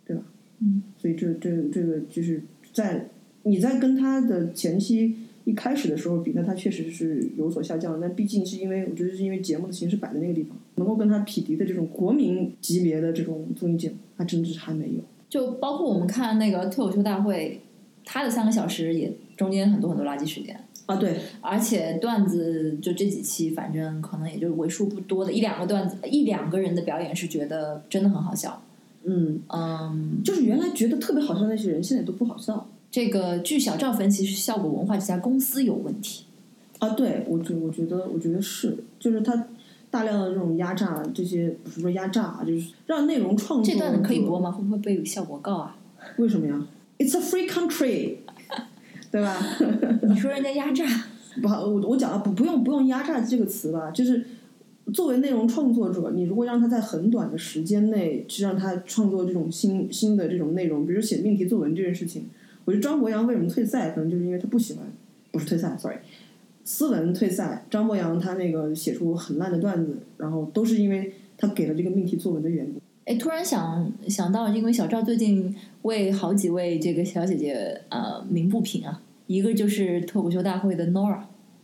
对吧？
嗯，
所以这这这个就是在你在跟他的前期一开始的时候比那它确实是有所下降，但毕竟是因为我觉得是因为节目的形式摆在那个地方，能够跟它匹敌的这种国民级别的这种综艺节目，它真的是还没有。
就包括我们看那个脱口秀大会，它的三个小时也中间很多很多垃圾时间，
啊，对，
而且段子就这几期，反正可能也就为数不多的一两个段子，一两个人的表演是觉得真的很好笑。
嗯，
嗯，
就是原来觉得特别好笑的那些人，现在都不好笑。
这个据小赵分析，是效果文化这家公司有问题。
啊，对，我觉我觉得我觉得是，就是他大量的这种压榨，这些不是说压榨啊，就是让内容创作
这段可以
者
播吗？会不会被效果告啊？
为什么呀？It's a free country，对吧？
你说人家压榨，
不好，我我讲了不不用不用压榨这个词吧，就是作为内容创作者，你如果让他在很短的时间内去让他创作这种新新的这种内容，比如写命题作文这件事情，我觉得张博洋为什么退赛，可能就是因为他不喜欢，不是退赛，sorry。斯文退赛，张博洋他那个写出很烂的段子，然后都是因为他给了这个命题作文的缘故。
哎，突然想想到，因为小赵最近为好几位这个小姐姐呃鸣不平啊，一个就是脱口秀大会的 Nora，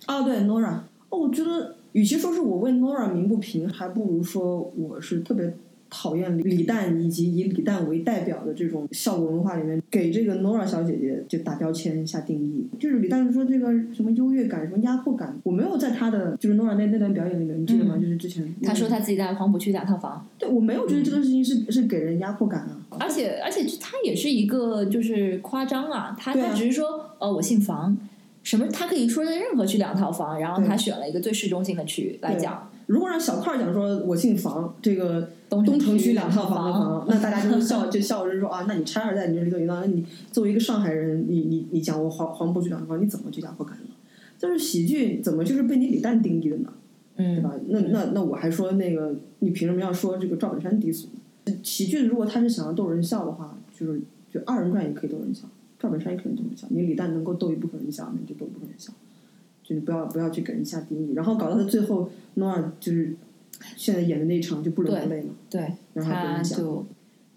啊，对，Nora。哦，我觉得，与其说是我为 Nora 鸣不平，还不如说我是特别讨厌李诞以及以李诞为代表的这种效果文化里面给这个 Nora 小姐姐就打标签、下定义。就是李诞说这个什么优越感、什么压迫感，我没有在他的就是 Nora 那那段表演里面，你记得吗？
嗯
就是之前
她说她嗯自己在黄浦区打套房，
对我没有觉得这个事情是、是给人压迫感啊。
而且而且她也是一个就是夸张啊，她
对啊
她只是说呃我姓房，什么她可以说在任何区两套房，然后
对
她选了一个最市中心的区来讲，
如果让小块儿讲说我姓房，这个
东
东城
城
区两
两
套
房
房的房，那大家就会笑，就笑着说啊，那你拆二代你就理所应当。那你作为一个上海人，你你你讲我黄黄浦区两套房，你怎么去压迫感呢？就是喜剧怎么就是被你李诞定义的呢？对
嗯
吧？那那那我还说那个，你凭什么要说这个赵本山低俗呢？喜剧如果他是想要逗人笑的话，就是就二人转也可以逗人笑，赵本山也可以逗人笑。你李诞能够逗一部分人笑，那你就逗一部分人笑，就是不要不要去给人下定义。然后搞到他最后，诺尔就是现在演的那一场就不伦不类嘛。
对，
然后被
她
人讲
就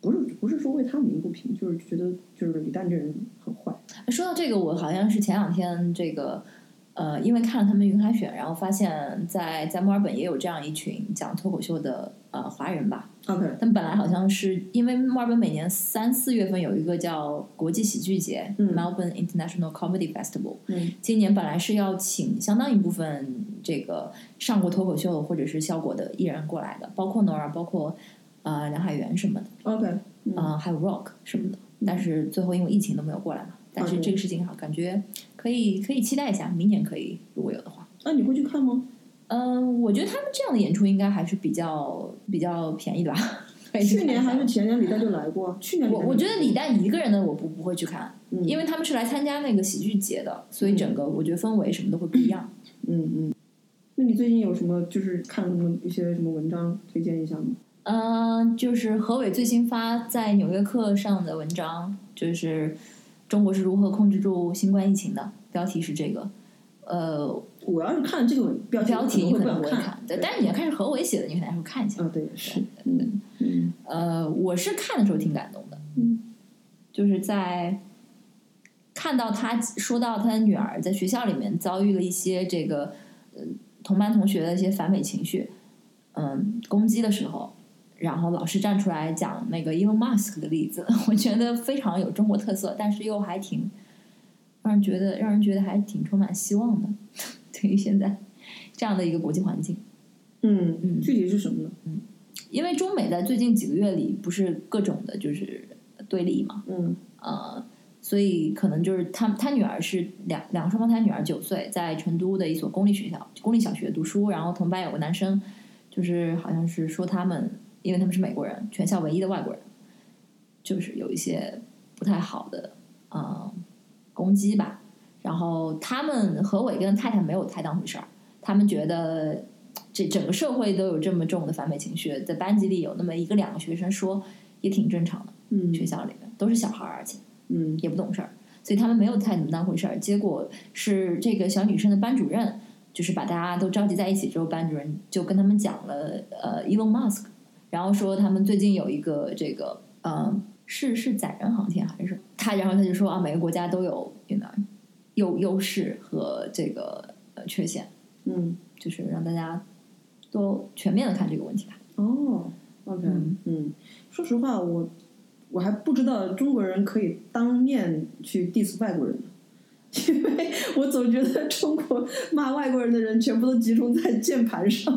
不是不是说为他鸣不平，就是觉得就是李诞这人很坏。
说到这个，我好像是前两天这个呃，因为看了他们云海选，然后发现在，在墨尔本也有这样一群讲脱口秀的呃华人吧。
OK，
他们本来好像是因为墨尔本每年三四月份有一个叫国际喜剧节、
嗯
m e l b o u r n e International Comedy Festival），
嗯
今年本来是要请相当一部分这个上过脱口秀或者是效果的艺人过来的，包括 Nora，包括呃梁海源什么的。
，OK，嗯
啊、还有 Rock 什么的，但是最后因为疫情都没有过来嘛。但是这个事情哈，感觉可以可以期待一下，明年可以如果有的话。
那、你会去看吗？
嗯、我觉得他们这样的演出应该还是比较比较便宜的吧。可以去
哎去
看一
年
下
还是前年李诞就来过，去年
我我觉得李
诞，
诞一个人的我不不会去看，
嗯
因为他们是来参加那个喜剧节的，所以整个我觉得氛围什么都会不一样。
嗯嗯，那你最近有什么就是看了什么一些什么文章推荐一下吗？
嗯、就是何伟最新发在《纽约客》上的文章，就是中国是如何控制住新冠疫情的，标题是这个。呃，
我要是看这个标题，
标题你
我
可
可
能
能
不
会
会
不想
看，对，但是你要看是何为写的，你可能还会看一下。
啊，对，是，嗯嗯
呃，我是看的时候挺感动的，
嗯
就是在看到他说到他女儿在学校里面遭遇了一些这个呃同班同学的一些反美情绪，嗯，攻击的时候，然后老师站出来讲那个 Elon Musk 的例子， 我觉得非常有中国特色，但是又还挺让人觉得让人觉得还挺充满希望的， 对于现在这样的一个国际环境。
嗯
嗯
具体是什么呢？
因为中美在最近几个月里不是各种的就是对立嘛，
嗯
呃，所以可能就是他他女儿是两两个双胞胎女儿九岁，在成都的一所公立学校公立小学读书，然后同班有个男生，就是好像是说他们，因为他们是美国人，全校唯一的外国人，就是有一些不太好的呃攻击吧。然后他们何伟跟太太没有太当回事儿，他们觉得这整个社会都有这么重的反美情绪，在班级里有那么一个两个学生说也挺正常的。
嗯
学校里面都是小孩儿，而且
嗯
也不懂事儿，所以他们没有太怎么当回事儿。结果是这个小女生的班主任，就是把大家都召集在一起之后，班主任就跟他们讲了呃 Elon Musk，然后说他们最近有一个这个呃是是载人航天还是什么他然后他就说啊每个国家都有 you know 优优势和这个呃缺陷，
嗯，
就是让大家多全面的看这个问题吧。
哦，OK，
嗯
嗯，说实话，我我还不知道中国人可以当面去 diss 外国人呢，因为我总觉得中国骂外国人的人全部都集中在键盘上。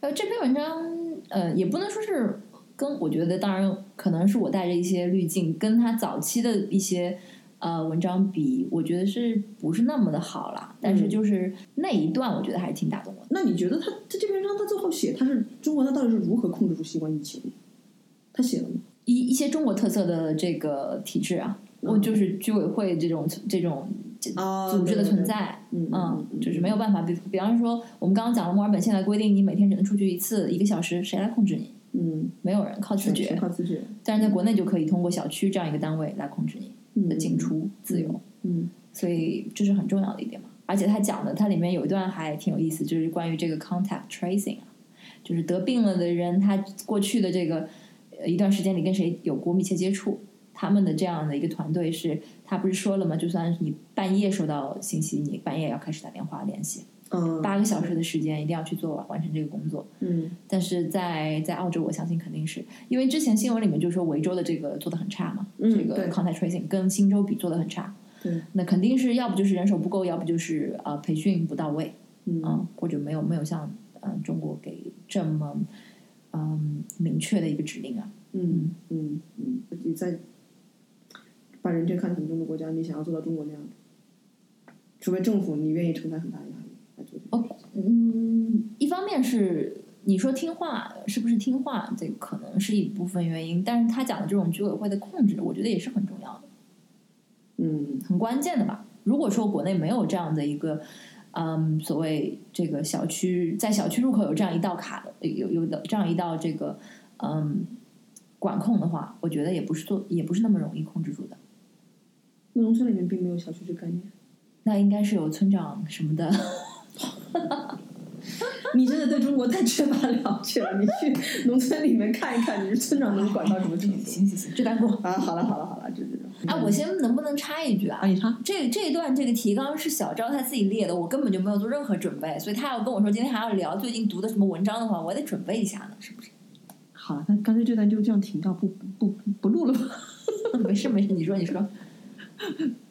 呃，这篇文章呃也不能说是跟我觉得，当然可能是我带着一些滤镜，跟他早期的一些呃文章比，我觉得是不是那么的好啦。但是就是那一段，我觉得还是挺打动我的。
那你觉得他他这篇文章到最后写他是中国，他到底是如何控制住新冠疫情？他写了吗？
一一些中国特色的这个体制啊，
嗯
我就是居委会这种这种这
啊
组织的存，在，
嗯
嗯，就是没有办法。比比方说，我们刚刚讲了，墨尔本现在规定你每天只能出去一次，一个小时，谁来控制你？
嗯，
没有人，靠自觉。
靠自觉
但是在国内就可以通过小区这样一个单位来控制你的进，出自由，
嗯
所以这是很重要的一点嘛。而且他讲的，它里面有一段还挺有意思，就是关于这个 contact tracing 啊，就是得病了的人，他过去的这个呃一段时间里跟谁有过密切接触，他们的这样的一个团队是，他不是说了吗？就算你半夜收到信息，你半夜要开始打电话联系，
嗯，
八个小时的时间一定要去做完完成这个工作。
嗯
但是在在澳洲，我相信肯定是因为之前新闻里面就说维州的这个做的很差嘛，
嗯
这
对
个 contact tracing 跟新州比做的很差，
对，
那肯定是要不就是人手不够，要不就是呃培训不到位，
嗯
嗯，或者没有没有像嗯、呃中国给这么嗯、明确的一个指令啊，
嗯嗯嗯，你在把人权看得很重的国家，你想要做到中国那样，除非政府你愿意承担很大的压力来做这个事情。
嗯，一方面是你说听话是不是听话，这个可能是一部分原因，但是他讲的这种居委会的控制，我觉得也是很重要的。
嗯
很关键的吧。如果说国内没有这样的一个，嗯，所谓这个小区在小区入口有这样一道卡的，有有的这样一道这个嗯管控的话，我觉得也不是做也不是那么容易控制住的。
那农村里面并没有小区这概念。
那应该是有村长什么的，
你真的对中国太缺乏了解了，你去农村里面看一看，你是村长能管到什么程度？
行行行，这单过。
啊，好了好了好了，这这这
啊，我先能不能插一句啊？
啊，你唱
这这一段这个提纲是小昭他自己列的，我根本就没有做任何准备，所以他要跟我说今天还要聊最近读的什么文章的话，我还得准备一下呢，是不 是？
好了，那干脆这段就这样停掉，不不不不录了吧。
没事没事，你说你说，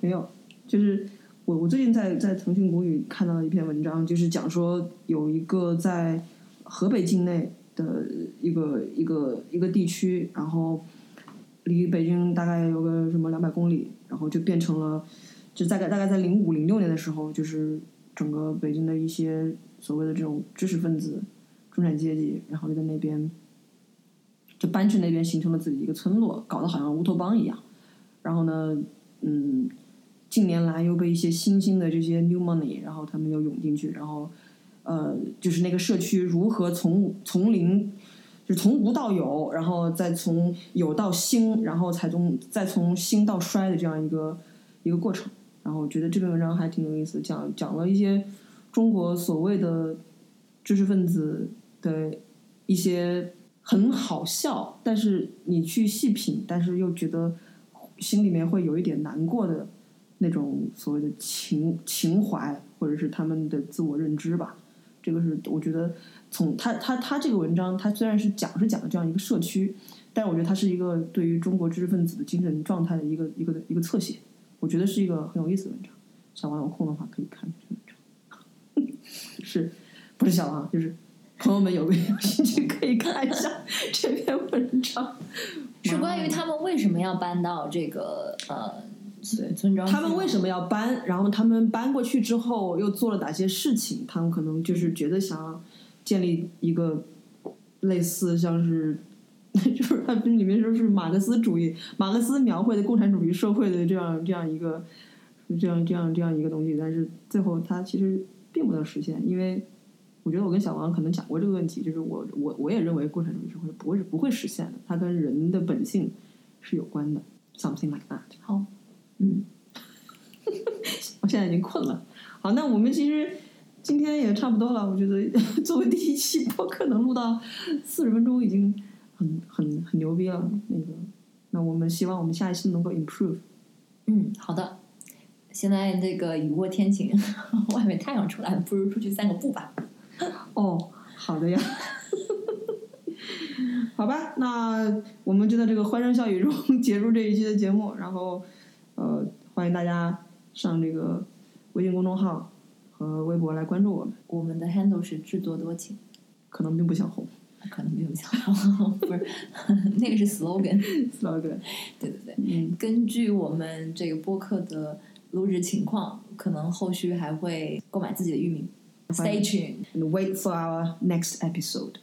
没有，就是我我最近在在腾讯谷雨看到一篇文章，就是讲说有一个在河北境内的一个一个一个地区，然后离北京大概有个什么两百公里，然后就变成了，就大概大概在零五零六年的时候，就是整个北京的一些所谓的这种知识分子、中产阶级，然后就在那边就搬去那边形成了自己一个村落，搞得好像乌托邦一样。然后呢，嗯，近年来又被一些新兴的这些 new money，然后他们又涌进去，然后呃，就是那个社区如何从从零，就是从无到有，然后再从有到兴，然后才从再从兴到衰的这样一个一个过程。然后我觉得这篇文章还挺有意思，讲讲了一些中国所谓的知识分子的一些很好笑，但是你去细品，但是又觉得心里面会有一点难过的那种所谓的情情怀，或者是他们的自我认知吧。这个是我觉得从他他他这个文章，他虽然是讲是讲的这样一个社区，但我觉得它是一个对于中国知识分子的精神状态的一个一个一个侧写。我觉得是一个很有意思的文章，小王有空的话可以看这个文章。 是，不是小王就是朋友们有个有兴趣可以看一下这篇文章，
是关于他们为什么要搬到这个呃村村庄去？
他们为什么要搬？然后他们搬过去之后又做了哪些事情？他们可能就是觉得想要建立一个类似像是， 就是他们里面说是马克思主义，马克思描绘的共产主义社会的这样这样一个这样这样这样一个东西，但是最后它其实并不能实现，因为我觉得我跟小王可能讲过这个问题，就是我我我也认为共产主义社会不会不会实现的，它跟人的本性是有关的，something like that。
好？嗯，
我现在已经困了。好，那我们其实今天也差不多了。我觉得 作为第一期播客能录到四十分钟，已经很很很牛逼了。那个，那我们希望我们下一期能够 improve。
嗯，好的。现在这个雨过天晴， 外面太阳出来了，不如出去散个步吧。
哦，好的呀。 好吧，那我们就在这个欢声笑语中结束这一期的节目。然后，呃，欢迎大家上这个微信公众号和微博来关注我们。
我们的 handle 是至多多情，
可能并不想红
可能没有想到， 不是那个是 slogan。
，slogan，
对对对，
嗯，
根据我们这个播客的录制情况，可能后续还会购买自己的域名。Stay tuned。
and wait for our next episode。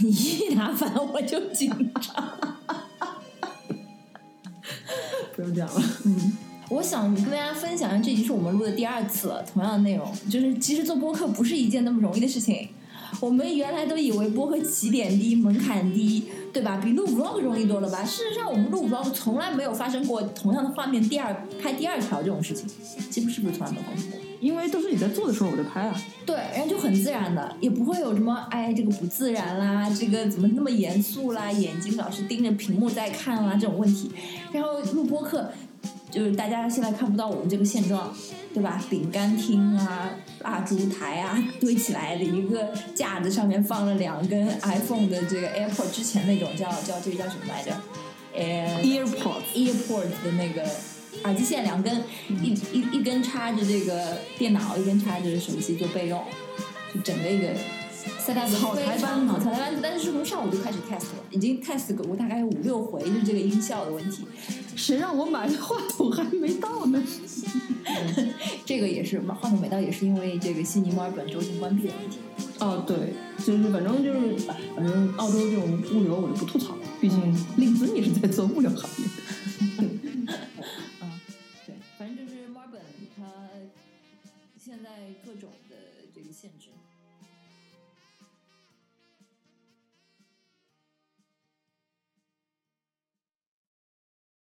你一打反我就紧张。
不用讲了，
我想跟大家分享一下，这集是我们录的第二次了，同样的内容，就是其实做播客不是一件那么容易的事情。我们原来都以为播客起点低、门槛低，对吧？比录 vlog 容易多了吧？事实上，我们录 vlog 从来没有发生过同样的画面第二拍第二条这种事情，几乎是不是从来没有发生过？
因为都是你在做的时候我在拍啊。
对，然后就很自然的，也不会有什么哎这个不自然啦，这个怎么那么严肃啦，眼睛老是盯着屏幕在看啦这种问题。然后录播课，就是大家现在看不到我们这个现状，对吧？饼干厅啊，蜡烛台啊，堆起来的一个架子上面放了两根 iPhone 的这个 AirPod，之前那种叫叫这个叫什么来着？哎。
Earpods，嗯
earport 的那个耳机线，两根，一一一根插着这个电脑，一根插着手机做备用，就整个一个 set up
草台班子
草台班子。但是从上午就开始 test 了，已经 test 过大概有五六回，就是这个音效的问题。
谁让我买的话筒还没到呢？
这个也是话筒没到，也是因为这个悉尼、墨尔本州境关闭的问题。
哦，对，就是反正就是，哎反正澳洲这种物流我就不吐槽，毕竟
嗯
令尊也是在做物流行业。
嗯，对，反正就是墨尔本它现在各种的这个限制。